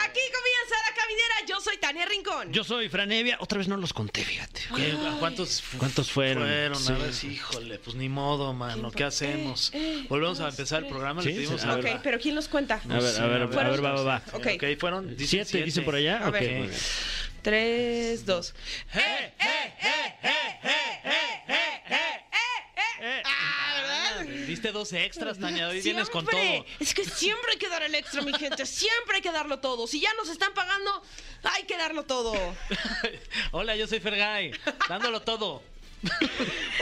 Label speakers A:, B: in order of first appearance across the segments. A: Aquí comienza la caminera. Yo soy Tania Rincón.
B: Yo soy Franevia, otra vez no los conté, fíjate.
C: ¿Qué? ¿A ¿Cuántos, fu-
B: ¿Cuántos fueron? Sí.
C: A ver, sí, híjole, pues ni modo, mano,
A: Eh,
C: ¿qué hacemos?
A: eh,
C: Volvemos a
A: dos,
C: empezar el
A: tres.
C: programa,
B: Sí,
C: le pedimos
B: sí,
C: a
B: a
A: ok,
B: ver.
A: pero ¿quién los cuenta?
B: A ver, a ver, a ver,
A: Fueron
B: va, va, va.
A: dos. Ok.
C: Ok, fueron
B: ¿Siete,
C: dicen
B: dicen por allá?
A: A
B: Ok,
A: ver.
B: muy bien.
A: Tres, dos.
C: Eh,
A: ¡Eh!
C: Ah, Diste dos extras, Tania, hoy vienes con
A: Siempre.
C: todo.
A: Es que siempre hay que dar el extra, mi gente. Siempre hay que darlo todo. Si ya nos están pagando, hay que darlo todo.
C: Hola, yo soy Fergay, dándolo todo.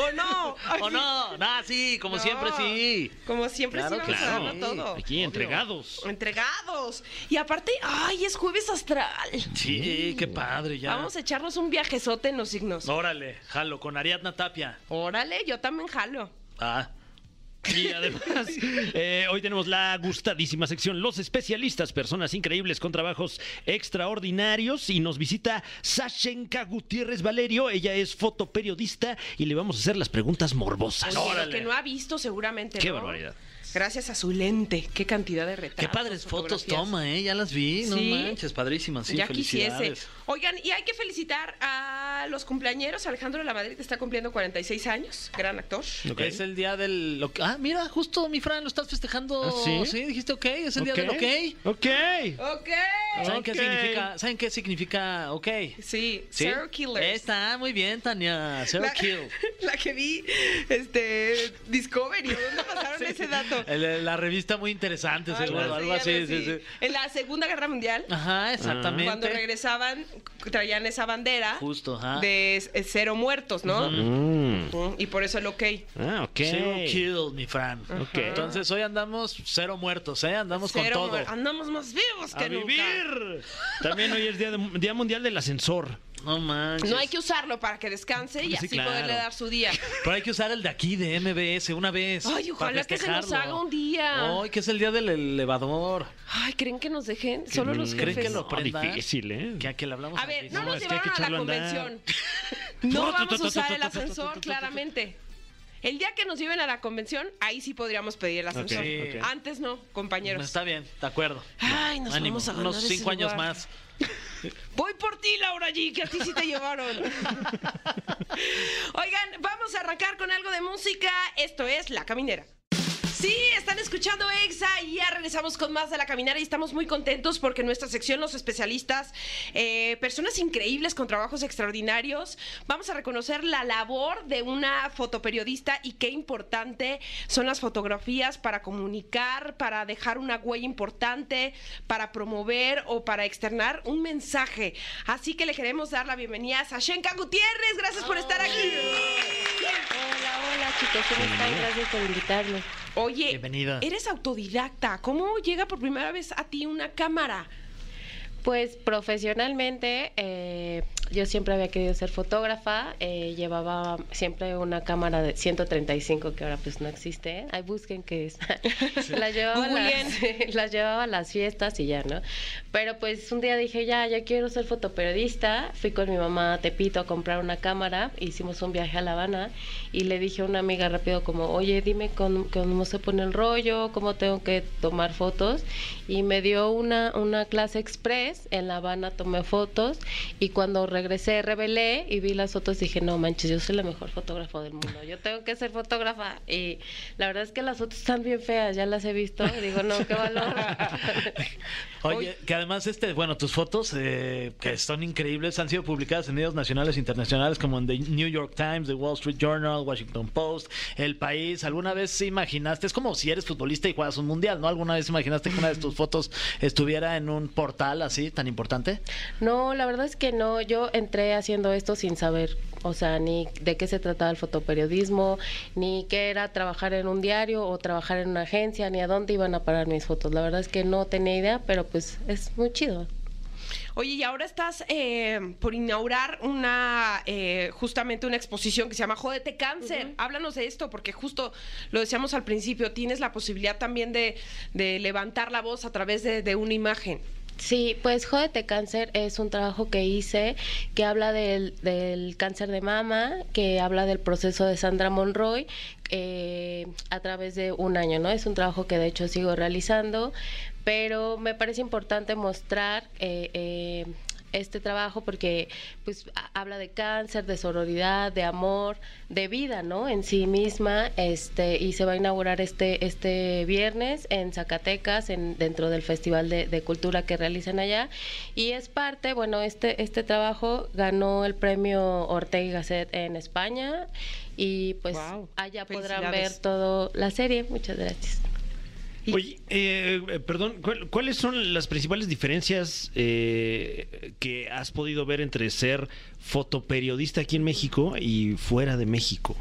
A: ¿O no?
C: ¿O no? No, sí, como
A: No.
C: siempre sí.
A: Como siempre
C: Claro,
A: sí vamos
C: claro.
A: a darlo todo.
B: Aquí entregados.
A: Entregados. Y aparte, ay, es jueves astral.
C: Sí, qué padre, ya.
A: Vamos a echarnos un viajezote en los signos.
C: Órale, jalo, con Ariadna Tapia.
A: Órale, yo también jalo.
C: Ah,
B: Y además, eh, hoy tenemos la gustadísima sección Los especialistas, personas increíbles con trabajos extraordinarios. Y nos visita Sashenka Gutiérrez Valerio. Ella es fotoperiodista y le vamos a hacer las preguntas morbosas.
C: Ah,
A: Oye, lo que no ha visto seguramente.
B: ¡Qué
A: ¿no?
B: barbaridad!
A: Gracias a su lente, qué cantidad de retratos.
C: qué padres fotos
A: fotografías.
C: toma, ¿eh? Ya las vi, no
A: Sí.
C: manches, padrísimas, sí,
A: ya quisiese.
C: felicidades.
A: Oigan, y hay que felicitar a los cumpleañeros. Alejandro de la Madrid está cumpliendo 46 años, gran actor.
B: Ok.
C: Es el día del... lo- Ah, mira, justo mi Fran lo estás festejando.
B: ¿Ah, sí?
C: dijiste ok, es el
B: Ok.
C: día del ok.
B: Ok.
A: Ok.
C: ¿Saben qué
B: Ok.
C: significa? ¿Saben qué significa ok?
A: Sí,
C: ¿Sí?
A: Serial Killers.
C: Está muy bien, Tania. Zero
A: La,
C: kill.
A: la que vi, este, Discovery, ¿dónde pasaron
C: Sí.
A: ese dato?
C: El- la revista muy interesante,
A: Algo
C: seguro, algo así.
A: algo
C: sí,
A: así.
C: sí.
A: En la Segunda Guerra Mundial,
C: Ajá, exactamente.
A: cuando regresaban, traían esa bandera
C: Justo, ajá.
A: de eh, cero muertos, ¿no?
B: Mm.
A: Mm, Y por eso el ok.
B: Ah, ok.
C: Zero kill, mi Fran.
B: Ok.
C: Entonces hoy andamos cero muertos, ¿eh? Andamos
A: Cero
C: con todo.
A: muer- Andamos más vivos que
B: ¡A
A: nunca.
B: vivir! También hoy es día, de- día Mundial del Ascensor.
C: No manches.
A: No hay que usarlo para que descanse y
B: Sí,
A: así
B: claro.
A: poderle dar su día.
C: Pero hay que usar el de aquí, de MBS, una vez.
A: Ay,
C: para
A: ojalá que se nos
C: festejarlo.
A: haga un día.
C: Ay, que es el día del elevador.
A: Ay, ¿creen que nos dejen?
B: Mm.
A: Solo los
C: ¿Creen que
A: jefes. Ah,
C: lo prenda?
B: Difícil, ¿eh?
C: Que a que le hablamos
A: A ver,
C: al
A: no
C: Disney.
B: No,
A: nos
B: es que hay
A: llevaron a
B: que
A: la
B: echarlo a andar.
A: convención. No vamos a usar el ascensor, claramente. El día que nos lleven a la convención, ahí sí podríamos pedir el ascensor.
C: Sí. ok.
A: Antes no, compañeros.
C: Está bien, de acuerdo.
A: Ay, nos
C: Ánimo,
A: vamos a ganar
C: unos
A: ese
C: cinco años
A: lugar.
C: más.
A: Voy por ti, Laura G, que a ti sí te llevaron. Oigan, vamos a arrancar con algo de música. Esto es La Caminera. Sí, están escuchando EXA y ya regresamos con más de La Caminera y estamos muy contentos porque en nuestra sección los especialistas, eh, personas increíbles con trabajos extraordinarios, vamos a reconocer la labor de una fotoperiodista y qué importante son las fotografías para comunicar, para dejar una huella importante, para promover o para externar un mensaje. Así que le queremos dar la bienvenida a Sashenka Gutiérrez, gracias por estar aquí.
D: Hola, hola chicos, ¿cómo están? Gracias por invitarme.
A: Oye,
C: Bienvenida.
A: eres autodidacta. ¿Cómo llega por primera vez a ti una cámara?
D: Pues profesionalmente eh, yo siempre había querido ser fotógrafa, eh, llevaba siempre una cámara de 135 que ahora pues no existe, ahí busquen qué es. las, llevaba a
A: Googleen.
D: las, las llevaba a las fiestas y ya, ¿no? Pero pues un día dije, ya, ya quiero ser fotoperiodista, fui con mi mamá a Tepito a comprar una cámara, hicimos un viaje a La Habana y le dije a una amiga rápido como, oye, dime con- cómo se pone el rollo, cómo tengo que tomar fotos y me dio una, una clase express, en La Habana tomé fotos y cuando regresé revelé y vi las fotos dije, no manches, yo soy la mejor fotógrafa del mundo, yo tengo que ser fotógrafa y la verdad es que las fotos están bien feas, ya las he visto y digo, no, qué valor.
C: Oye, que además, este, bueno, tus fotos, eh, que son increíbles, han sido publicadas en medios nacionales e internacionales como en The New York Times, The Wall Street Journal, Washington Post, El País. ¿Alguna vez imaginaste, es como si eres futbolista y juegas un mundial, ¿no? ¿Alguna vez imaginaste que una de tus fotos estuviera en un portal así tan importante?
D: No, la verdad es que no. Yo entré haciendo esto sin saber, o sea, ni de qué se trataba el fotoperiodismo, ni qué era trabajar en un diario o trabajar en una agencia, ni a dónde iban a parar mis fotos. La verdad es que no tenía idea, pero pues es muy chido.
A: Oye, y ahora estás eh, por inaugurar una, eh, justamente una exposición que se llama Jódete Cáncer. Háblanos de esto, porque justo lo decíamos al principio, tienes la posibilidad también de, de levantar la voz a través de, de una imagen.
D: Sí, pues Jódete Cáncer es un trabajo que hice que habla del, del cáncer de mama, que habla del proceso de Sandra Monroy eh, a través de un año, ¿no? Es un trabajo que de hecho sigo realizando, pero me parece importante mostrar... eh, eh, este trabajo porque pues a- habla de cáncer, de sororidad, de amor, de vida, ¿no? En sí misma, este y se va a inaugurar este este viernes en Zacatecas, en dentro del Festival de, de Cultura que realizan allá y es parte, bueno, este este trabajo ganó el premio Ortega y Gasset en España y pues
A: Guau,
D: allá podrán ver
A: felicidades.
D: toda la serie. Muchas gracias.
A: Y-
B: Oye, eh, eh, perdón, ¿cuál- ¿cuáles son las principales diferencias eh, que has podido ver entre ser fotoperiodista aquí en México y fuera de México?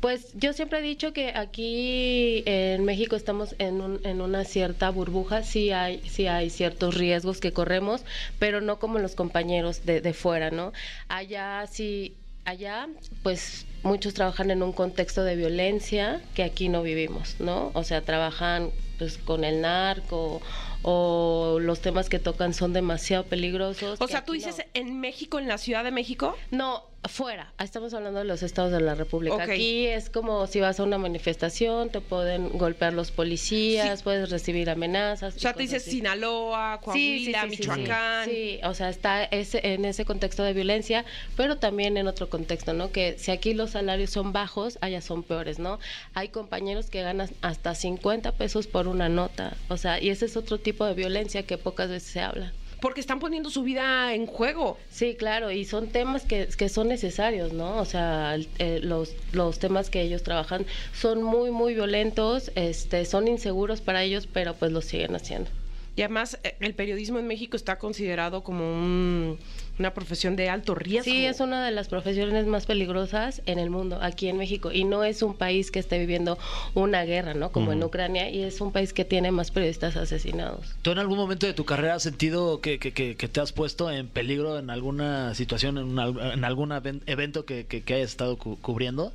D: Pues yo siempre he dicho que aquí en México estamos en, un- en una cierta burbuja, sí hay, sí hay ciertos riesgos que corremos, pero no como los compañeros de, de fuera, ¿no? Allá sí, allá pues muchos trabajan en un contexto de violencia que aquí no vivimos, ¿no? O sea, trabajan pues con el narco o los temas que tocan son demasiado peligrosos.
A: O
D: Pues que
A: sea, tú
D: aquí no.
A: dices en México, en la Ciudad de México.
D: No, fuera. Estamos hablando de los estados de la República.
A: Ok.
D: Aquí es como si vas a una manifestación, te pueden golpear los policías,
A: Sí.
D: puedes recibir amenazas.
A: O
D: y
A: sea, te
D: cosas
A: dices
D: así.
A: Sinaloa, Coahuila, Michoacán.
D: Sí, o sea, está ese, en ese contexto de violencia, pero también en otro contexto, ¿no? Que si aquí los salarios son bajos, allá son peores, ¿no? Hay compañeros que ganan hasta 50 pesos por una nota, o sea, y ese es otro tipo de violencia que pocas veces se habla.
A: Porque están poniendo su vida en juego.
D: Sí, claro, y son temas que, que son necesarios, ¿no? O sea, el- eh, los, los temas que ellos trabajan son muy, muy violentos, este, son inseguros para ellos, pero pues lo siguen haciendo.
A: Y además, eh, el periodismo en México está considerado como un- una profesión de alto riesgo.
D: Sí, es una de las profesiones más peligrosas en el mundo, aquí en México, y no es un país que esté viviendo una guerra, ¿no? Como en
B: Ujú.
D: Ucrania, y es un país que tiene más periodistas asesinados.
C: ¿Tú en algún momento de tu carrera has sentido que, que- que- que te has puesto en peligro en alguna situación, en, al- en algún aven- evento que, que- que hayas estado cu- cubriendo?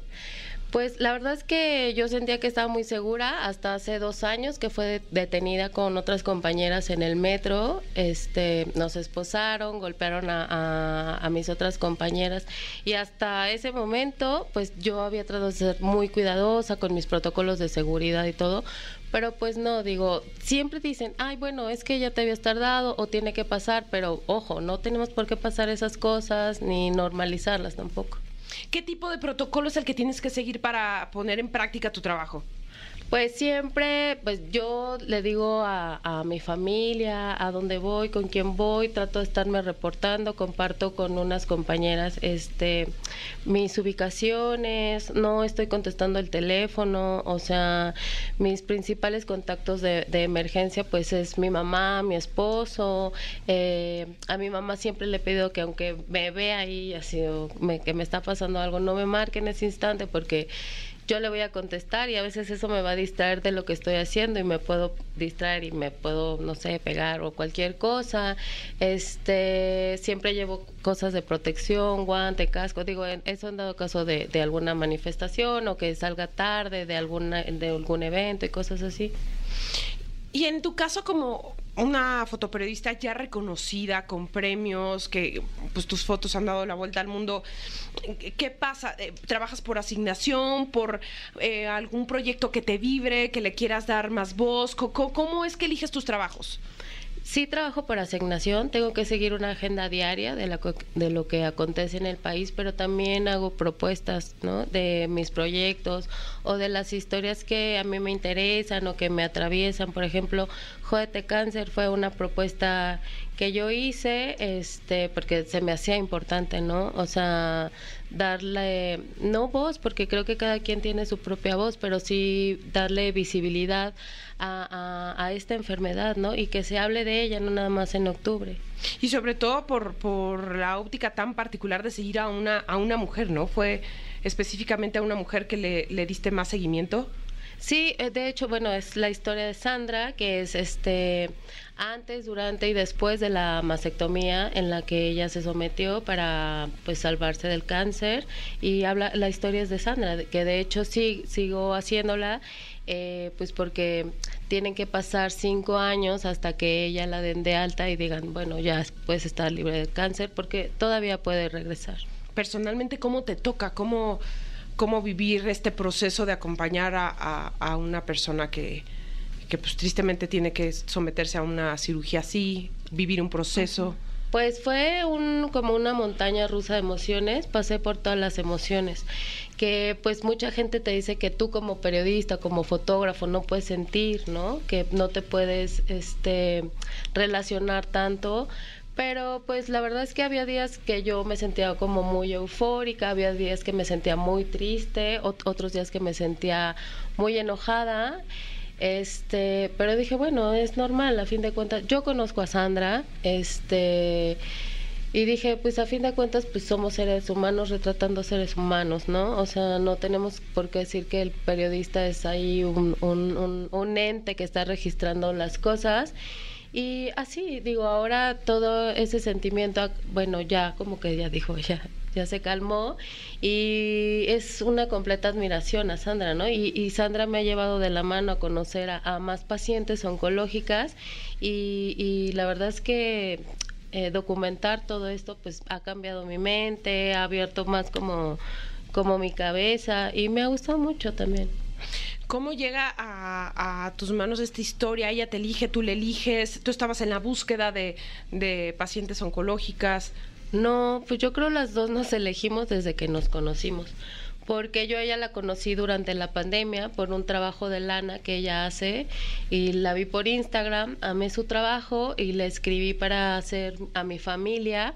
D: Pues la verdad es que yo sentía que estaba muy segura hasta hace dos años que fue de- detenida con otras compañeras en el metro. Este, nos esposaron, golpearon a, a- a mis otras compañeras y hasta ese momento, pues yo había tratado de ser muy cuidadosa con mis protocolos de seguridad y todo. Pero pues no, digo, siempre dicen, ay, bueno, es que ya te habías tardado o tiene que pasar, pero ojo, no tenemos por qué pasar esas cosas ni normalizarlas tampoco.
A: ¿Qué tipo de protocolo es el que tienes que seguir para poner en práctica tu trabajo?
D: Pues siempre, pues yo le digo a, a mi familia, a dónde voy, con quién voy, trato de estarme reportando, comparto con unas compañeras este mis ubicaciones, no estoy contestando el teléfono, o sea, mis principales contactos de, de emergencia pues es mi mamá, mi esposo, eh, a mi mamá siempre le pido que aunque me vea ahí así o me- que me está pasando algo, no me marque en ese instante porque yo le voy a contestar y a veces eso me va a distraer de lo que estoy haciendo y me puedo distraer y me puedo, no sé, pegar o cualquier cosa. Este, siempre llevo cosas de protección, guante, casco, digo, en- eso en dado caso de, de alguna manifestación o que salga tarde de alguna de algún evento y cosas así.
A: Y en tu caso, como una fotoperiodista ya reconocida, con premios, que pues tus fotos han dado la vuelta al mundo, ¿qué pasa? Eh, ¿Trabajas por asignación, por eh, algún proyecto que te vibre, que le quieras dar más voz? Co- co- ¿Cómo es que eliges tus trabajos?
D: Sí trabajo por asignación, tengo que seguir una agenda diaria de, la co- de lo que acontece en el país, pero también hago propuestas ¿no? de mis proyectos o de las historias que a mí me interesan o que me atraviesan. Por ejemplo, Jódete Cáncer fue una propuesta que yo hice este, porque se me hacía importante, ¿no? O sea, darle, no voz, porque creo que cada quien tiene su propia voz, pero sí darle visibilidad a, a- a esta enfermedad, ¿no? Y que se hable de ella, no nada más en octubre.
A: Y sobre todo por, por la óptica tan particular de seguir a una, a una mujer, ¿no? Fue específicamente a una mujer que le, le diste más seguimiento.
D: Sí, eh, de hecho, bueno, es la historia de Sandra, que es este antes, durante y después de la mastectomía en la que ella se sometió para pues salvarse del cáncer y habla la historia es de Sandra, de- que de hecho sí sigo haciéndola eh, pues porque tienen que pasar cinco años hasta que ella la den de alta y digan bueno ya puedes estar libre del cáncer porque todavía puede regresar.
A: Personalmente, ¿cómo te toca? ¿Cómo, cómo vivir este proceso de acompañar a, a- a una persona que, que pues tristemente tiene que someterse a una cirugía así, vivir un proceso?
D: Pues fue un, como una montaña rusa de emociones, pasé por todas las emociones, que pues mucha gente te dice que tú como periodista, como fotógrafo no puedes sentir, ¿no? Que no te puedes este relacionar tanto, pero pues la verdad es que había días que yo me sentía como muy eufórica, había días que me sentía muy triste, ot- otros días que me sentía muy enojada. Este, pero dije, bueno, es normal, a fin de cuentas, yo conozco a Sandra, este, y dije, pues a fin de cuentas, pues somos seres humanos retratando seres humanos, ¿no? O sea, no tenemos por qué decir que el periodista es ahí un, un, un, un ente que está registrando las cosas. Y así, digo, ahora todo ese sentimiento, bueno, ya como que ya dijo, ya, ya se calmó y es una completa admiración a Sandra, ¿no? Y, y Sandra me ha llevado de la mano a conocer a, a más pacientes oncológicas y, y la verdad es que eh, documentar todo esto pues ha cambiado mi mente, ha abierto más como, como mi cabeza y me ha gustado mucho también.
A: ¿Cómo llega a, a tus manos esta historia? Ella te elige, tú le eliges, tú estabas en la búsqueda de, de pacientes oncológicas.
D: No, pues yo creo las dos nos elegimos desde que nos conocimos. Porque yo a ella la conocí durante la pandemia por un trabajo de lana que ella hace y la vi por Instagram, amé su trabajo y le escribí para hacer a mi familia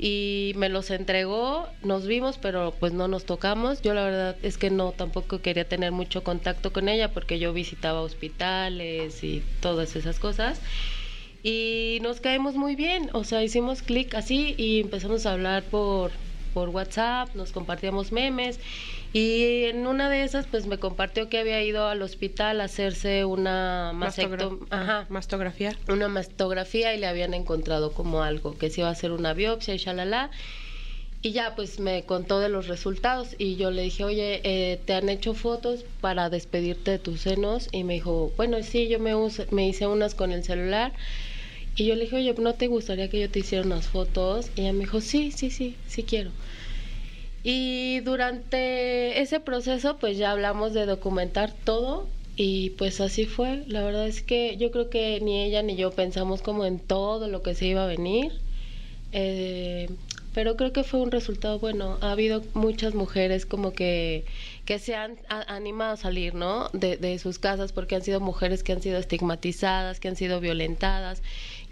D: y me los entregó, nos vimos, pero pues no nos tocamos. Yo la verdad es que no, tampoco quería tener mucho contacto con ella porque yo visitaba hospitales y todas esas cosas y nos caemos muy bien, o sea, hicimos clic así y empezamos a hablar por, por WhatsApp, nos compartíamos memes y en una de esas pues me compartió que había ido al hospital a hacerse una mastectomía,
A: Mastogra- Mastografía.
D: una mastografía y le habían encontrado como algo, que se iba a hacer una biopsia y shalala. Y ya, pues me contó de los resultados y yo le dije, oye, eh, ¿te han hecho fotos para despedirte de tus senos? Y me dijo, bueno, sí, yo me, us- me hice unas con el celular. Y yo le dije, oye, ¿no te gustaría que yo te hiciera unas fotos? Y ella me dijo, sí, sí, sí, sí quiero. Y durante ese proceso pues ya hablamos de documentar todo y pues así fue. La verdad es que yo creo que ni ella ni yo pensamos como en todo lo que se iba a venir. Eh, pero creo que fue un resultado bueno. Ha habido muchas mujeres como que, que se han a- animado a salir, ¿no? De, de sus casas porque han sido mujeres que han sido estigmatizadas, que han sido violentadas,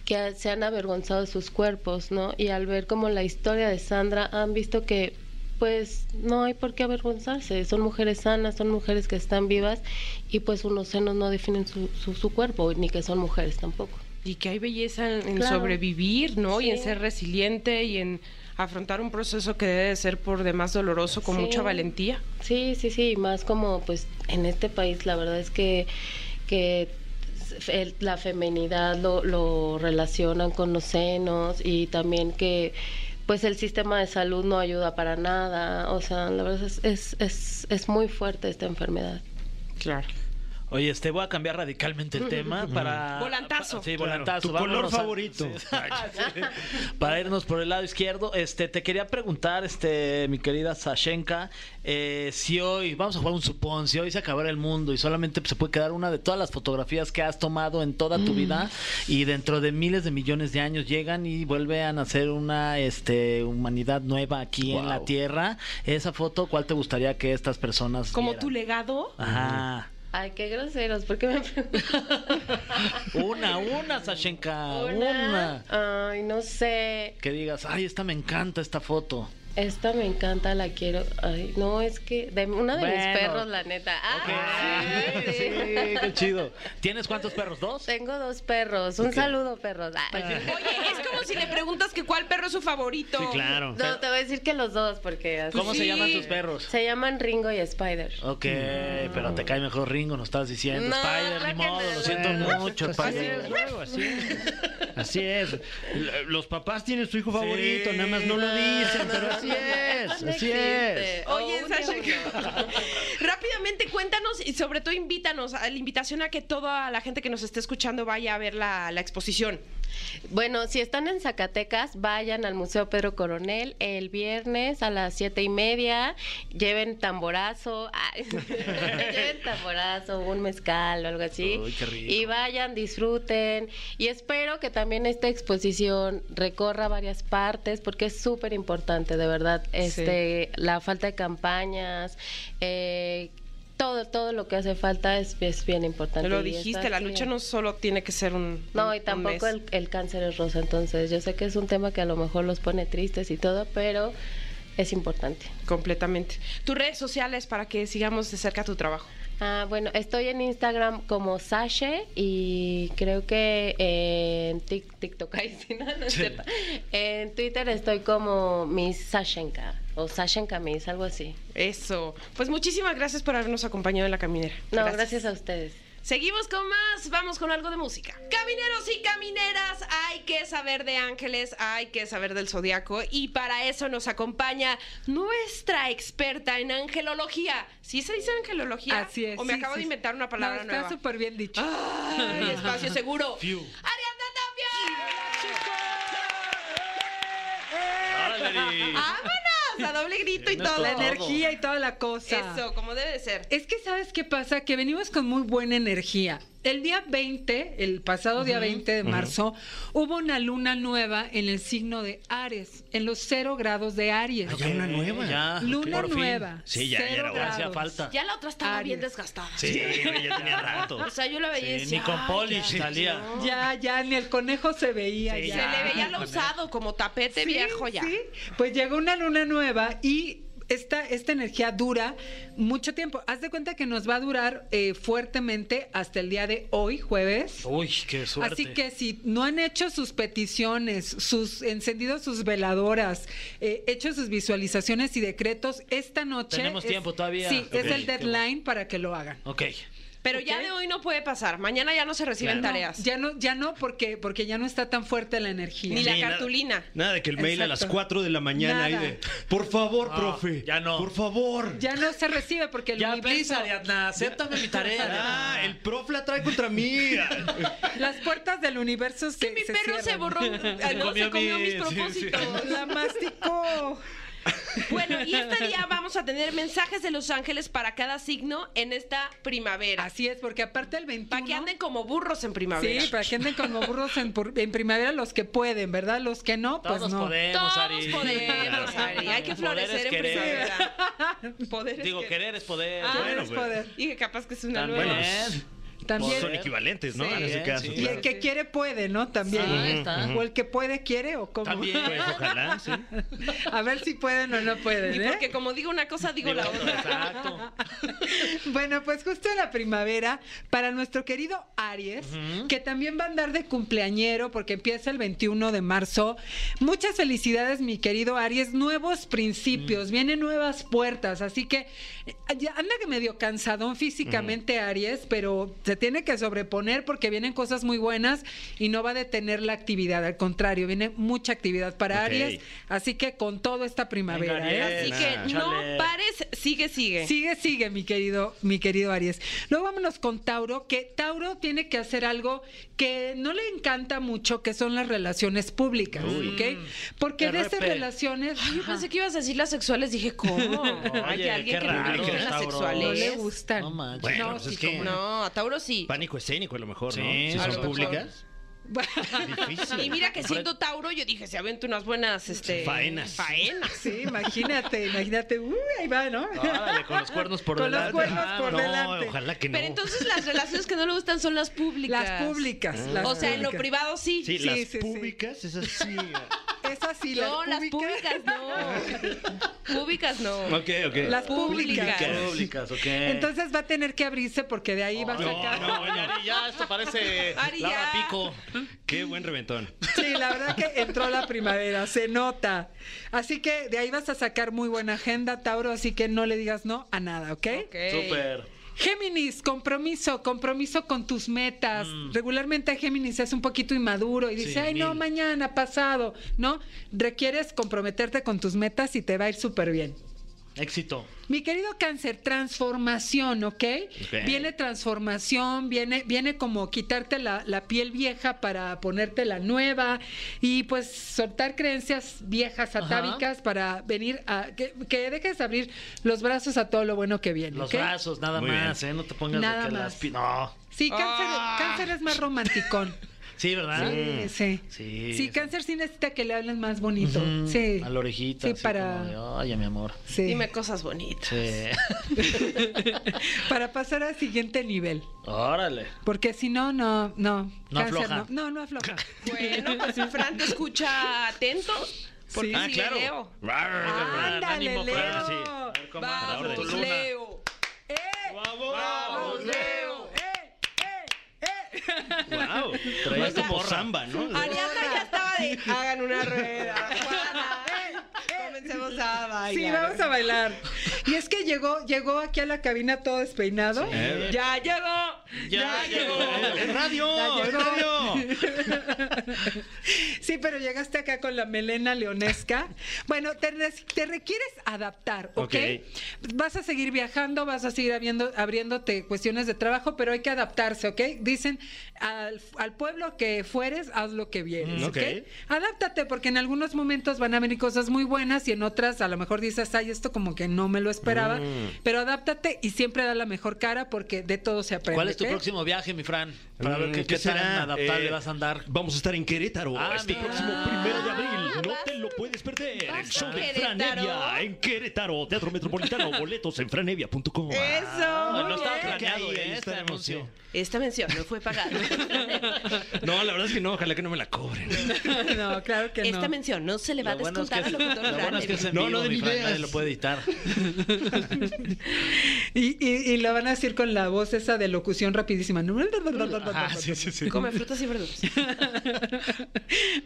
D: que ha- se han avergonzado de sus cuerpos, ¿no? Y al ver como la historia de Sandra han visto que pues no hay por qué avergonzarse. Son mujeres sanas, son mujeres que están vivas y pues unos senos no definen su, su, su cuerpo ni que son mujeres tampoco.
A: Y que hay belleza en, en
D: Claro.
A: sobrevivir, ¿no? Y en
D: Sí.
A: ser resiliente y en afrontar un proceso que debe de ser por demás doloroso con
D: Sí.
A: mucha valentía.
D: Sí, sí, sí, y más como pues en este país la verdad es que, que el- la feminidad lo, lo relacionan con los senos y también que pues el sistema de salud no ayuda para nada, o sea, la verdad es, es, es, es muy fuerte esta enfermedad.
A: Claro.
C: Oye, este, voy a cambiar radicalmente el tema para...
A: Volantazo.
C: pa- sí,
B: Claro,
C: volantazo.
B: tu color
C: vámonos a-
B: favorito.
C: sí. para irnos por el lado izquierdo, este, te quería preguntar, este, mi querida Sashenka, eh, si hoy, vamos a jugar un supón, si hoy se acabara el mundo y solamente se puede quedar una de todas las fotografías que has tomado en toda tu vida y dentro de miles de millones de años llegan y vuelven a nacer una, este, humanidad nueva aquí en la
B: Wow.
C: Tierra, esa foto, ¿cuál te gustaría que estas personas
A: Como
C: vieran?
A: tu legado,
C: Ajá.
D: Ay, qué groseros, ¿por qué me preguntan?
C: Una, una, Sashenka. Una.
D: Ay, no sé.
C: Que digas, ay, esta me encanta esta foto.
D: Esta me encanta, la quiero. Ay, no, es que de una de mis
C: Bueno.
D: perros, la neta. Ah,
C: Ok,
D: sí,
C: sí,
D: sí.
C: qué chido. ¿Tienes cuántos perros? ¿Dos?
D: Tengo dos perros. Un saludo, perros. Ah,
A: Pues Oye, es como si le preguntas que cuál perro es su favorito.
B: Sí, claro.
D: No, te voy a decir que los dos, porque así-
C: ¿Cómo
A: Pues
C: se
A: Sí.
C: llaman tus perros?
D: Se llaman Ringo y Spider.
C: Ok, pero te cae mejor Ringo, nos estás diciendo.
D: No,
C: Spider, ni
D: claro que
C: modo,
D: no.
C: lo siento
B: Bueno,
C: mucho,
B: Así es,
C: Spider.
B: luego, así es. Así es. L- Los papás tienen su hijo favorito, nada más no lo dicen, pero así es,
D: No
B: así
D: existe.
B: es.
D: O
A: Oye,
D: un
A: Sasha,
D: demonio.
A: rápidamente cuéntanos y sobre todo invítanos a la invitación a que toda la gente que nos esté escuchando vaya a ver la, la exposición.
D: Bueno, si están en Zacatecas, vayan al Museo Pedro Coronel el viernes a las siete y media. Lleven tamborazo, ay, lleven tamborazo, un mezcal o algo así.
C: Uy, qué rico.
D: Y vayan, disfruten. Y espero que también esta exposición recorra varias partes porque es súper importante, de verdad. Este, la falta de campañas. eh, todo, todo lo que hace falta es, es bien importante.
A: Lo
D: y está
A: dijiste, la lucha
D: genial.
A: no solo tiene que ser un.
D: No,
A: un-
D: y
A: un
D: tampoco
A: mes.
D: el, el cáncer es rosa, entonces yo sé que es un tema que a lo mejor los pone tristes y todo, pero es importante.
A: Completamente. Tus redes sociales para que sigamos de cerca tu trabajo.
D: Ah, bueno, estoy en Instagram como Sashe y creo que eh, en Tik- TikTok, ay, sí, no, no es cierto. En Twitter estoy como Miss Sashenka o Sashenka Miss, algo así.
A: Eso. Pues muchísimas gracias por habernos acompañado en la caminera.
D: No, gracias a ustedes.
A: Seguimos con más, vamos con algo de música. Camineros y camineras, hay que saber de ángeles, hay que saber del zodiaco y para eso nos acompaña nuestra experta en angelología. ¿Sí se dice angelología?
E: Así es.
A: O me
E: sí,
A: acabo
E: sí,
A: de
E: sí.
A: inventar una palabra
E: no, está
A: nueva.
E: súper bien dicho.
A: Ay, espacio seguro. Ariadna Tapia. ¡Vámonos! A doble grito y todo.
E: la energía y toda la cosa.
A: Eso, como debe de ser.
E: Es que sabes qué pasa, que venimos con muy buena energía. El día 20, el pasado día 20 de marzo, hubo una luna nueva en el signo de Aries, en los cero grados de Aries. Ah,
C: Ya una nueva. Ya,
E: Luna
C: por fin.
E: nueva.
B: Sí, ya, ya
E: cero
B: era hora.
E: grados.
C: Hacía falta.
A: Ya la otra estaba
E: Aries.
A: bien desgastada.
B: Sí, güey, ya tenía rato.
A: O sea, yo la veía y
C: Sí,
A: decía,
C: ni con
A: "Ay,
C: polish
A: ya".
C: salía.
E: Ya, ya, ni el conejo se veía.
C: Sí,
E: ya.
A: Se le veía lo
C: con
A: usado como tapete
E: Sí,
A: viejo ya.
E: sí. Pues llegó una luna nueva y esta, esta energía dura mucho tiempo. Haz de cuenta que nos va a durar eh, fuertemente hasta el día de hoy, jueves.
C: Uy, qué Oh, suerte.
E: Así que si no han hecho sus peticiones, sus encendido sus veladoras, eh, hecho sus visualizaciones y decretos, esta noche.
C: Tenemos tiempo todavía.
E: Sí, es
C: Ok.
E: el deadline para que lo hagan.
C: Ok.
A: Pero ya de hoy no puede pasar. Mañana ya no se reciben tareas.
E: Ya no, ya no, porque, porque ya no está tan fuerte la energía.
A: Ni la
B: Sí, nada-
A: cartulina.
B: Nada de que el mail a las
E: Exacto.
B: 4 de la mañana ahí
E: Nada.
B: de, por favor,
C: Ah,
B: profe.
C: ya no.
B: Por favor.
E: Ya no se recibe porque el
C: Ya
E: Unibliso-
C: piensa, Ariadna, acéptame mi tarea.
B: Ah,
C: Ariadna.
B: el prof la trae contra mí.
E: Las puertas del universo se
A: Que mi perro se
E: cierran.
A: borró, ah, no, se
C: comió
A: comió mis
C: mis- sí, sí.
A: propósitos.
E: La masticó.
A: Bueno, y este día vamos a tener mensajes de los ángeles para cada signo en esta primavera.
E: Así es, porque aparte el 21...
A: Para que anden como burros en primavera.
E: Sí, para que anden como burros en, pur- en primavera los que pueden, ¿verdad? Los que no, pues
C: Todos
E: no.
C: podemos,
A: Todos
C: Ari.
A: podemos,
C: Claro.
A: Ari. Hay que
C: Poder es
A: florecer en
C: querer.
A: primavera. Poder es
C: Digo,
A: querer.
C: querer es poder.
E: Ah,
B: Bueno,
E: es
B: pues.
E: poder.
A: Y que capaz que es una
C: Tan
A: nueva.
B: bueno.
C: bien.
E: También.
B: Pues Son equivalentes, ¿no?
E: Sí,
B: en ese
C: bien,
B: caso.
C: sí.
E: Y el que quiere puede, ¿no? También.
D: Sí, ahí está.
E: O el que puede quiere o cómo.
C: También. Ah,
B: Pues, ojalá, sí.
E: A ver si pueden o no
A: Y
E: pueden, ¿eh?
A: porque como digo una cosa, digo la
C: Digo,
A: otra.
C: Exacto.
E: Bueno, pues justo en la primavera, para nuestro querido Aries, que también va a andar de cumpleañero porque empieza el 21 de marzo. Muchas felicidades, mi querido Aries. Nuevos
C: Mm.
E: principios, vienen nuevas puertas. Así que eh, ya anda que medio cansadón físicamente, Aries, pero se tiene que sobreponer porque vienen cosas muy buenas y no va a detener la actividad. Al contrario, viene mucha actividad para
B: Ok.
E: Aries. Así que con todo esta primavera,
C: Venga,
E: ¿eh?
C: Aries.
A: Así que
B: Nah.
A: no
C: Chale.
A: pares, sigue, sigue.
E: Sigue, sigue, mi querido, mi querido Aries. Luego vámonos con Tauro, que Tauro tiene que hacer algo que no le encanta mucho, que son las relaciones públicas, ¿ok? Porque de esas
C: RP.
E: relaciones
A: Mm. Ay, yo pensé que ibas a decir las sexuales, dije, ¿cómo? Hay
C: Oye,
A: alguien
C: qué
A: que no le
C: raro,
A: gusten las
C: Tauro.
A: sexuales.
E: no le gustan.
C: No manches.
B: Bueno,
E: No,
B: pues es
E: sí,
B: que
E: cómo
A: No, a Tauro sí.
B: pánico escénico a lo mejor, ¿no?
C: Sí,
B: Si
C: a
A: lo
B: son
A: mejor.
B: públicas. Difícil.
A: Y mira que siendo Tauro, yo dije, se aventó unas buenas este,
B: Faenas.
A: faenas.
E: Sí, imagínate, imagínate. Uy, ahí va, ¿no?
C: Órale, con los cuernos por
E: Con los
C: delante.
E: cuernos
C: Ah,
E: por
B: no,
E: delante.
B: ojalá que no.
A: Pero entonces las relaciones que no le gustan son las públicas. Ah.
E: Las públicas. las
A: O sea, en lo
E: públicas.
A: privado sí.
B: Sí,
E: Sí,
B: las
E: sí, sí.
B: públicas, esas sí.
E: Esas sí,
A: No,
E: las
A: las
E: públicas.
A: públicas no. Públicas no.
B: Ok, ok.
E: Las públicas.
C: Públicas, ok.
E: Entonces va a tener que abrirse porque de
A: Oh,
E: ahí va a
B: No,
E: sacar.
B: no, oye,
C: Ari, ya esto parece
A: Ari, ya.
C: Laura Pico.
B: qué buen reventón.
E: Sí, la verdad que entró la primavera, se nota. Así que de ahí vas a sacar muy buena agenda, Tauro, así que no le digas no a nada, ¿ok?
A: Ok.
C: Súper.
E: Géminis, compromiso, compromiso con tus metas. Regularmente Géminis es un poquito inmaduro y dice,
C: Mm. Sí,
E: ay, no,
C: mil.
E: mañana, pasado, ¿no? Requieres comprometerte con tus metas y te va a ir súper bien.
C: Éxito.
E: Mi querido cáncer, transformación, ¿ok? Viene transformación, viene, viene como quitarte la, la piel vieja para ponerte la nueva y pues soltar creencias viejas, atávicas, para venir a... Que, que dejes de abrir los brazos a todo lo bueno que viene,
C: Los
E: ¿ok?
C: brazos, nada
B: Muy
C: más, ¿eh? No te pongas de
E: Nada
C: que las
E: más.
C: pi- No.
E: Sí, cáncer,
C: Ah.
E: cáncer es más romanticón.
C: Sí, ¿verdad?
E: Sí, sí.
C: Ah. Sí.
E: Sí, cáncer sí necesita que le hablen más bonito.
C: Ujú,
E: Sí.
C: A la orejita.
E: Sí,
C: así
E: para-
C: como de, "Oh". Oye, mi amor.
E: Sí.
A: Dime cosas bonitas.
C: Sí.
E: Para pasar al siguiente nivel.
C: Órale.
E: Porque si no, no, no.
C: No afloja.
E: No, no, no afloja.
A: Bueno, pues Fran te escucha atento. Porque
E: Sí.
A: sí,
E: Ah,
A: claro.
C: Ah,
E: Ándale,
C: Ánimo, Fran,
E: Leo.
C: sí. A ver cómo andas,
B: orden.
A: Vamos,
C: tu luna.
A: Leo.
E: ¡Eh!
C: ¡Vamos,
A: Leo!
E: ¡Eh! ¡Eh! ¡Eh!
B: Wow. Traías como samba, ¿no?
A: Ariana ya estaba de hagan una rueda. Juana, eh, comencemos a bailar.
E: Sí, vamos a bailar. Y es que llegó, llegó aquí a la cabina todo despeinado.
A: Ya llegó. Ya,
C: Ah,
A: llegó.
B: ¡Es radio!
E: Ya
B: ¡Es
E: llegó.
B: radio!
E: Sí, pero llegaste acá con la melena leonesca. Bueno, te, re- te requieres adaptar, ¿ok? Vas a seguir viajando, vas a seguir abriendo, abriéndote cuestiones de trabajo, pero hay que adaptarse, ¿ok? Dicen al, al pueblo que fueres, haz lo que vienes,
B: Mm,
E: ¿ok?
B: ok.
E: Adáptate, porque en algunos momentos van a venir cosas muy buenas y en otras a lo mejor dices, ay, esto como que no me lo esperaba,
C: Mm.
E: pero adáptate y siempre da la mejor cara porque de todo se aprende.
C: ¿Cuál es tu
E: ¿ok?
C: próximo viaje, mi Fran? Para ver
B: Mm,
C: Eh, qué, qué tan
B: será?
C: adaptable
B: Eh,
C: vas a andar.
B: Vamos a estar en Querétaro
C: Ah,
B: este
C: mira. Ah,
B: próximo primero de abril. No te lo puedes perder. El
A: ¿Vas
B: show
A: a
B: de Fran
A: Querétaro?
B: Evia en Querétaro, Teatro Metropolitano. Boletos en franevia.com.
A: Eso.
C: No,
A: muy
C: no estaba
A: bien.
C: planeado,
B: Ahí- ahí
C: ¿eh? Este
B: estaremos,
C: anuncio.
A: Esta mención no fue pagada.
B: No, la verdad es que no. Ojalá que no me la cobren.
E: No, claro que no.
A: Esta mención no se le va
C: Lo
A: a
C: bueno es que
A: descontar
C: es-
A: a lo
C: lo bueno es que es en
B: No,
C: vivo,
B: no den
C: mi Fran,
B: ideas.
C: nadie lo puede editar.
E: Y, y, y lo van a decir con la voz esa de locución rapidísima.
C: Ah, sí, sí, sí.
A: Come frutas y verduras.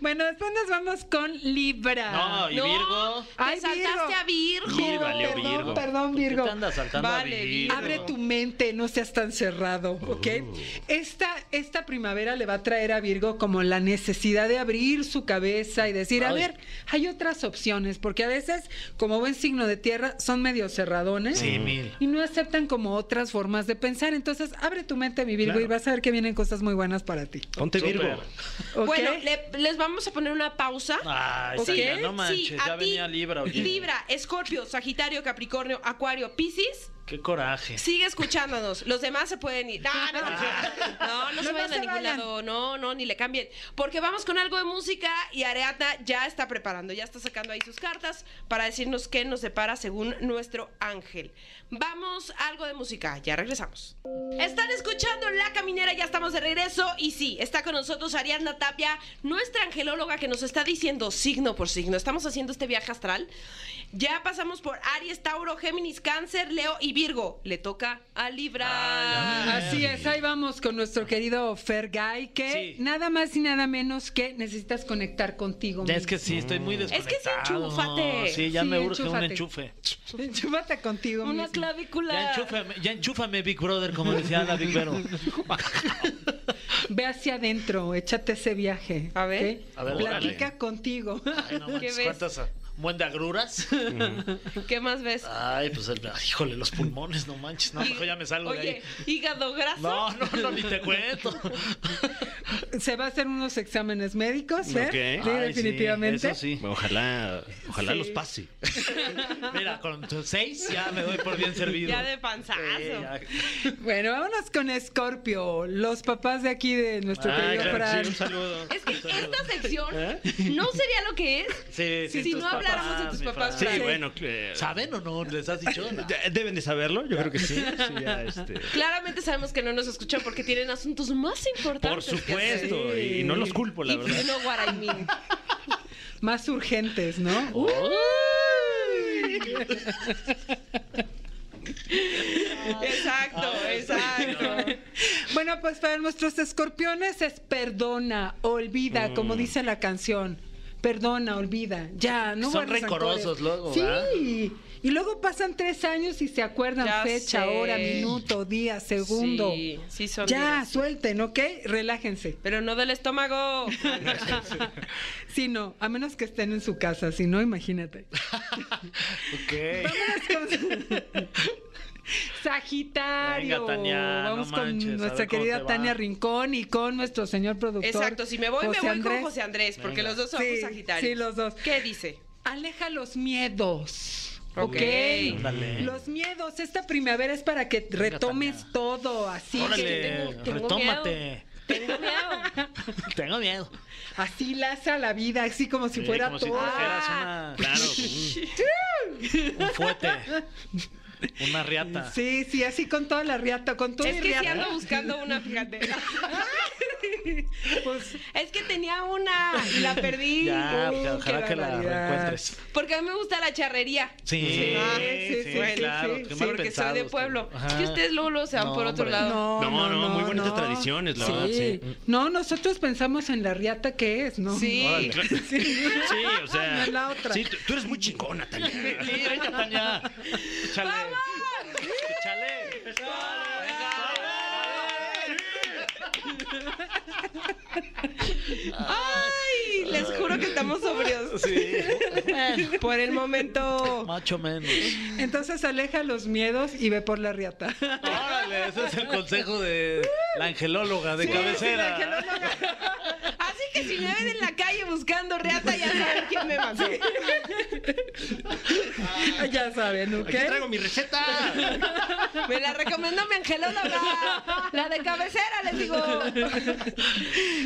E: Bueno, después nos vamos con Libra.
C: No, y
A: No.
C: Virgo.
E: Ay,
A: Te saltaste
E: Virgo.
A: a Virgo.
B: Virgo, valió
E: perdón,
B: Virgo.
E: perdón, Virgo.
C: ¿Por qué te andas saltando a
A: Vale,
C: Virgo?
A: Virgo.
E: Abre tu mente, no seas tan cerrado, ¿ok?
C: Oh.
E: Esta, esta primavera le va a traer a Virgo como la necesidad de abrir su cabeza y decir, a
C: Ay.
E: ver, hay otras opciones, porque a veces, como buen signo de tierra, son medio cerradones.
C: Sí, mil.
E: Y no aceptan como otras formas de pensar. Entonces, abre tu mente, mi Virgo,
B: Claro.
E: y vas a ver que vienen cosas muy buenas para ti.
B: Ponte Virgo.
C: Súper.
E: ¿ok?
A: Bueno, le- les vamos a poner una pausa.
C: Ay,
E: ¿Ok?
C: Sandra, no
A: Sí,
C: manches,
A: a
C: ya
A: ti,
C: venía Libra, oye.
A: Libra, Escorpio, Sagitario, Capricornio, Acuario, Piscis.
C: Qué coraje.
A: Sigue escuchándonos. Los demás se pueden ir. No, no,
C: Ah.
A: no, no, no se
E: No, no
A: vayan a
E: se
A: ningún
E: vayan.
A: lado. No, no, ni le cambien. Porque vamos con algo de música y Areata ya está preparando, ya está sacando ahí sus cartas para decirnos qué nos depara según nuestro ángel. Vamos, algo de música. Ya regresamos. Están escuchando La Caminera, ya estamos de regreso. Y sí, está con nosotros Ariadna Tapia, nuestra angelóloga que nos está diciendo signo por signo. Estamos haciendo este viaje astral. Ya pasamos por Aries, Tauro, Géminis, Cáncer, Leo y Virgo. Le toca a Libra.
E: Así es, ahí vamos con nuestro querido Fer Guy, que
C: Sí.
E: nada más y nada menos que necesitas conectar contigo.
C: Ya es que
E: mismo.
C: sí, estoy muy
A: que sí,
C: desconectado.
A: enchúfate.
C: Sí, ya
E: Sí,
C: me urge un
E: enchúfate.
C: enchufe.
E: Enchúfate contigo.
A: Una
E: mismo.
A: clavícula.
C: Ya enchúfame, ya enchúfame, Big Brother, como decía la Big Vero.
E: Ve hacia adentro, échate ese viaje.
A: A ver.
E: ¿ok?
C: A ver,
E: Platica contigo.
C: Ay, no manches,
A: ves?
C: ¿cuántas ah, buen de agruras?
A: ¿Qué más ves?
C: Ay, pues el, ay, híjole, los pulmones, no manches. No,
A: Hí-
C: mejor ya me salgo de ahí.
A: Oye, hígado graso.
C: No, no, no, ni te cuento.
E: Se va a hacer unos exámenes médicos, Fer.
B: Ok.
E: Sí,
C: Ay, Sí,
E: definitivamente.
C: eso sí.
B: Ojalá, ojalá
E: Sí.
B: los pase.
C: Mira, con tus seis ya me doy por bien servido.
A: Ya de panzazo.
C: Sí, ya.
E: Bueno, vámonos con Scorpio. Los papás de aquí de nuestro
B: Ah,
C: Ay,
E: querido
C: Ah, claro que
E: Fran.
C: sí, un saludo.
A: Es que esta sección
C: ¿Eh?
A: no sería lo que es
C: Sí, sí,
A: si
C: tus
A: no habláramos de
C: papás,
A: tus
C: mi
A: papás,
C: Fran.
B: Sí,
A: Sí.
B: bueno. eh,
C: ¿Saben o no? ¿Les has dicho? No.
B: ya Deben de saberlo, yo creo que sí. sí, ya, este.
A: Claramente sabemos que no nos escuchan porque tienen asuntos más importantes.
B: Por supuesto, y no los culpo, la
A: Y
B: verdad.
A: no what I mean.
E: más urgentes, ¿no?
A: Exacto, exacto.
E: Bueno, pues para nuestros escorpiones es perdona, olvida,
C: Mm.
E: como dice la canción. Perdona, olvida, ya, no
C: Son
E: guardes
C: rencorosos
E: rencores.
C: luego,
E: Sí,
C: ¿verdad?
E: y luego pasan tres años y se acuerdan
A: Ya
E: fecha,
A: sé.
E: hora, minuto, día, segundo.
A: Sí, sí son
E: ya,
A: duras.
E: suelten, ¿ok? Relájense.
A: Pero no del estómago.
E: Sí, no, a menos que estén en su casa, si no, imagínate.
C: Ok.
E: Vámonos con- Sagitario.
C: Venga, Tania, no
E: Vamos
C: manches, a
E: con
C: ver
E: nuestra
C: cómo te
E: querida
C: va.
E: Tania Rincón y con nuestro señor productor.
A: Exacto, si me voy, me
E: José
A: voy
E: Andrés.
A: con José Andrés, porque
C: Venga.
A: los dos somos
E: Sí,
A: Sagitarios.
E: sí, los dos.
A: ¿Qué dice?
E: Aleja los miedos.
A: Ok.
E: Ok.
C: Ándale.
E: Los miedos, esta primavera es para que retomes
C: Tania.
E: todo, así, que
C: Órale,
D: tengo- tengo
C: retómate.
D: miedo. Tengo miedo.
C: Tengo miedo.
E: así laza la vida, así como si
C: Sí,
E: fuera
C: como si
E: todo.
C: trajeras una- claro, un, un fuete. Una riata.
E: Sí, sí, así con toda la riata, con todo
A: Es
E: y
A: que sí
E: riata.
A: ando buscando una, fíjate.
E: Pues,
A: Es que tenía una y la perdí.
C: Ya, pues,
E: Uh,
C: ojalá
E: qué
C: que la
E: barbaridad.
C: reencuentres.
A: Porque a mí me gusta la charrería.
C: Sí, sí,
A: Ah,
E: sí, sí, sí,
C: claro.
E: sí,
C: qué
E: sí,
A: porque
C: mal
A: soy de
C: pensados, pues.
A: pueblo.
C: Ajá.
A: Es que ustedes luego luego se van
C: No,
A: por otro
C: hombre.
A: lado.
E: No,
B: No,
E: no,
B: no, muy bonitas
E: no.
B: tradiciones, la
E: Sí.
B: verdad, sí.
E: No, nosotros pensamos en la riata que es, ¿no?
A: Sí.
B: Órale. Sí, o sea.
E: No es la otra.
B: Sí, tú, tú eres muy chingona, Tania.
C: Sí, venga, Tania. Échale. Échale.
A: Ay, les juro que estamos sobrios.
C: Sí.
A: Por el momento.
C: Macho menos.
E: Entonces aleja los miedos y ve por la riata.
C: Órale, ese es el consejo de la angelóloga de cabecera.
E: Sí, la que no lo haga.
A: Así que si me ven en la calle buscando reata, ya saben quién me mandó.
E: ya saben, ¿ok?
B: Aquí traigo mi receta.
A: Me la recomendó mi angelóloga. La de cabecera, les digo.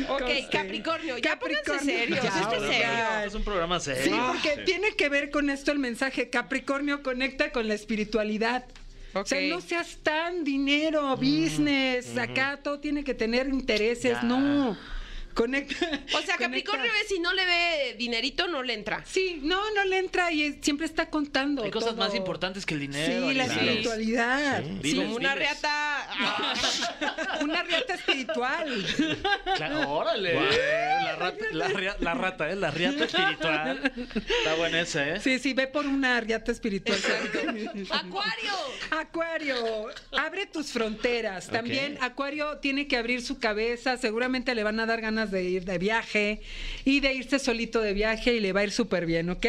A: Ok,
E: Conste.
A: Capricornio. Ya pónganse
E: este Capricornio.
A: serios.
E: Ya,
A: Esto es
E: ahora,
A: serio.
E: ya.
C: Es un programa serio.
E: Sí, porque tiene que ver con esto el mensaje. Capricornio conecta con la espiritualidad. O sea,
A: Ok.
E: no seas tan dinero, business, acá todo tiene que tener intereses,
C: Ya.
E: no. Conecta.
A: O sea,
E: conecta.
A: Capricornio es si no le ve dinerito, no le entra.
E: Sí, no, no le entra y es- siempre está contando.
C: Hay cosas
E: todo.
C: más importantes que el dinero.
E: Sí, la
C: Alex.
E: espiritualidad.
C: Sí.
A: Como una
C: Vives.
A: reata. Ah,
E: Una riata espiritual.
C: Claro, órale. La rata, la, ria- la rata, ¿eh? La riata espiritual. Está buena esa, ¿eh?
E: Sí, sí, ve por una riata espiritual.
A: ¡Acuario!
E: Acuario, abre tus fronteras. También Acuario tiene que abrir su cabeza. Seguramente le van a dar ganas de ir de viaje y de irse solito de viaje y le va a ir súper bien, ¿ok?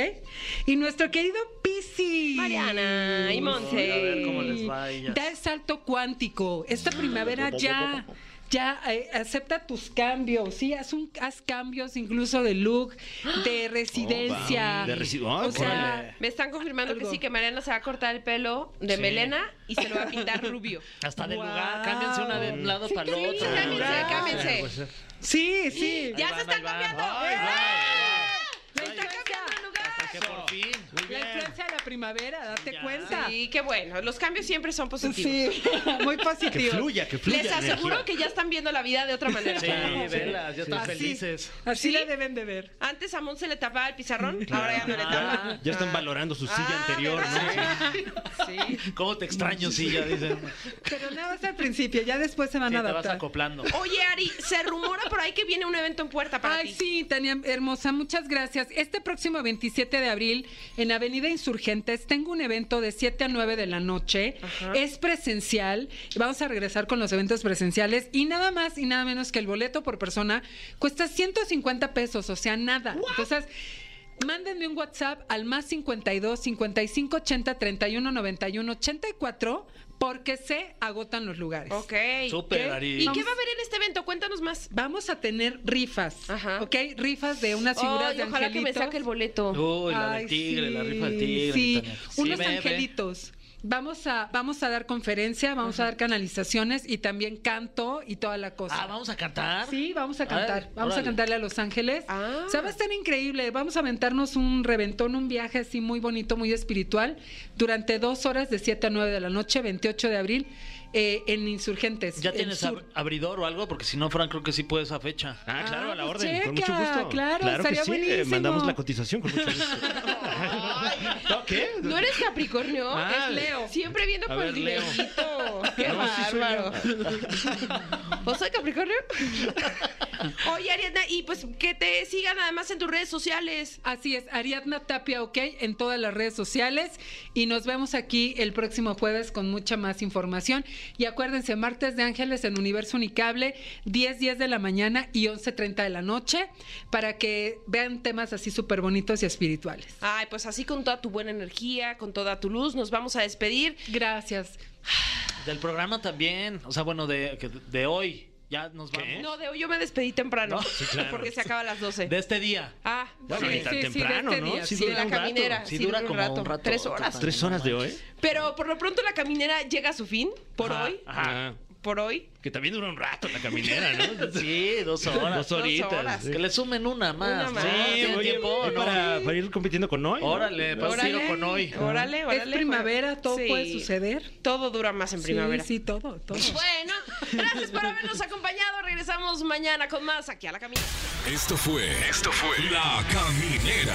E: Y nuestro querido Pisi.
A: Mariana y Monse.
C: A ver cómo les va a ellas. Ah,
E: Da el salto cuántico. Esta primavera ya. Ya eh, acepta tus cambios, sí, haz, un, haz cambios incluso de look, de residencia.
C: Oh,
B: De resi- ah,
E: o sea,
C: órale.
A: Me están confirmando que
E: Algo.
A: sí, que Mariana se va a cortar el pelo de
C: Sí.
A: melena y se lo va a pintar rubio.
C: Hasta de
E: Guau.
C: lugar, cámbiense una de un lado para el
A: cámbiense,
C: otro.
A: cámbiense,
C: Ah,
A: cámbiense.
C: pues, eh.
E: sí, sí.
A: Ya se
C: Ahí van,
A: están
C: ahí van.
A: cambiando.
C: Ay,
A: ¡Eh!
C: ay,
A: ¡Se está
C: ay.
A: cambiando el lugar!
C: Que por fin. Muy
E: La
C: bien.
E: influencia de la primavera, date
C: Ya.
E: cuenta.
A: Sí, qué bueno. Los cambios siempre son positivos.
E: Sí, muy
B: Que
E: positivo.
B: fluya, que fluya.
A: Les aseguro que ya están viendo la vida de otra manera.
C: Sí, velas, ya están
E: Así,
C: felices.
E: Así
A: ¿Sí?
E: la deben de ver.
A: Antes a Mon se le tapaba el pizarrón, ahora ya no le tapa.
B: Ah. Ya, ya están valorando su silla
A: Ah,
B: anterior, ¿no?
A: ¿verdad? Sí.
C: ¿Cómo te extraño, sí, ya dicen?
E: Pero nada más al principio, ya después se van
C: Sí,
E: a
C: te vas
E: adaptar.
C: acoplando.
A: Oye, Ari, se rumora por ahí que viene un evento en puerta para
E: Ay,
A: ti.
E: sí, Tania Hermosa, muchas gracias. Este próximo 27 de abril, en Avenida Insurgentes, tengo un evento de 7 a 9 de la noche. Es presencial. Vamos a regresar con los eventos presenciales. Y nada más y nada menos que el boleto por persona cuesta 150 pesos, o sea, nada. Entonces. Mándenme un WhatsApp al más 52 55 80 31 91 84 porque se agotan los lugares.
A: Ok.
C: Súper,
E: ¿Qué?
C: Ari.
A: ¿Y
E: Vamos.
A: qué va a haber en este evento? Cuéntanos más.
E: Vamos a tener rifas,
A: Ajá.
E: ¿ok? Rifas de unas figuras
A: Ay,
E: de
A: ojalá que me
E: angelitos.
A: saque el boleto.
C: Uy, la
E: Ay,
C: del tigre,
E: sí,
C: la rifa del tigre.
E: Sí,
C: Tania.
E: unos
C: ve, ve.
E: angelitos. Vamos a, vamos a dar conferencia, vamos a dar canalizaciones y también canto y toda la cosa.
C: Ah, ¿vamos a cantar?
E: Sí, vamos a cantar.
C: Ay,
E: vamos
C: órale.
E: a cantarle a Los Ángeles.
A: Ah.
E: O sea, va a estar increíble. Vamos a aventarnos un reventón, un viaje así muy bonito, muy espiritual, durante dos horas de 7 a 9 de la noche, 28 de abril, eh, en Insurgentes.
C: ¿Ya
E: en
C: tienes
E: Sur.
C: ab- abridor o algo? Porque si no, Fran, creo que sí puede esa fecha.
B: Ah, claro, a la
E: pues
B: orden, con
E: checa,
B: mucho gusto.
E: claro,
B: que
E: estaría
B: sí. eh,
E: buenísimo.
B: mandamos la cotización con mucho gusto. ¿No, ¿Qué?
A: ¿No eres Capricornio?
B: Ah,
A: es Leo. Siempre viendo
B: A
A: por
B: ver,
A: el
B: Leo.
A: dinerito. Qué
B: No, sí soy
A: bárbaro. ¿Vos soy Capricornio? Oye, Ariadna, y pues que te sigan además en tus redes sociales.
E: Así es, Ariadna Tapia OK en todas las redes sociales y nos vemos aquí el próximo jueves con mucha más información. Y acuérdense, martes de Ángeles en Universo Unicable, 10, 10 de la mañana y 11.30 de la noche, para que vean temas así súper bonitos y espirituales.
A: Ay, pues así con toda tu buena energía, con toda tu luz, nos vamos a despedir.
E: Gracias.
C: Del programa también. O sea, bueno, de, que- de hoy. Ya nos vamos.
A: No, de hoy yo me despedí temprano.
C: No,
B: ¿Eh? claro.
A: Porque se acaba a las 12.
C: De este día.
A: Ah,
B: Bueno,
A: sí.
B: ni tan
E: sí, sí, de
B: temprano,
E: este
B: ¿no?
E: día,
B: Sí
E: sí,
B: dura
A: la
B: un rato.
A: caminera.
C: Sí,
A: sí
C: dura
A: un
C: como
A: rato.
C: un rato.
A: Tres horas.
B: ¿Tres horas de hoy?
A: Pero por lo pronto la caminera llega a su fin, por
B: Ajá,
A: hoy.
B: Ajá.
A: Por hoy.
B: Que también dura un rato la caminera, ¿no?
C: Sí, dos horas.
B: Dos horitas.
A: horas.
B: sí.
C: Que le sumen una
A: Una
C: más.
A: más.
C: Sí,
B: Sí,
C: tiene
B: oye,
C: tiempo,
B: y
C: ¿no?
B: para, para ir compitiendo con hoy. ¿no?
C: Órale,
B: Pues
C: para un
A: Órale.
C: tiro con hoy.
A: Órale, órale.
E: es primavera, todo
A: Sí.
E: puede suceder.
A: Todo dura más en primavera.
E: Sí, sí, todo, todo.
A: Bueno, gracias por habernos acompañado. Regresamos mañana con más aquí a la camina.
F: Esto fue. Esto fue. La Caminera.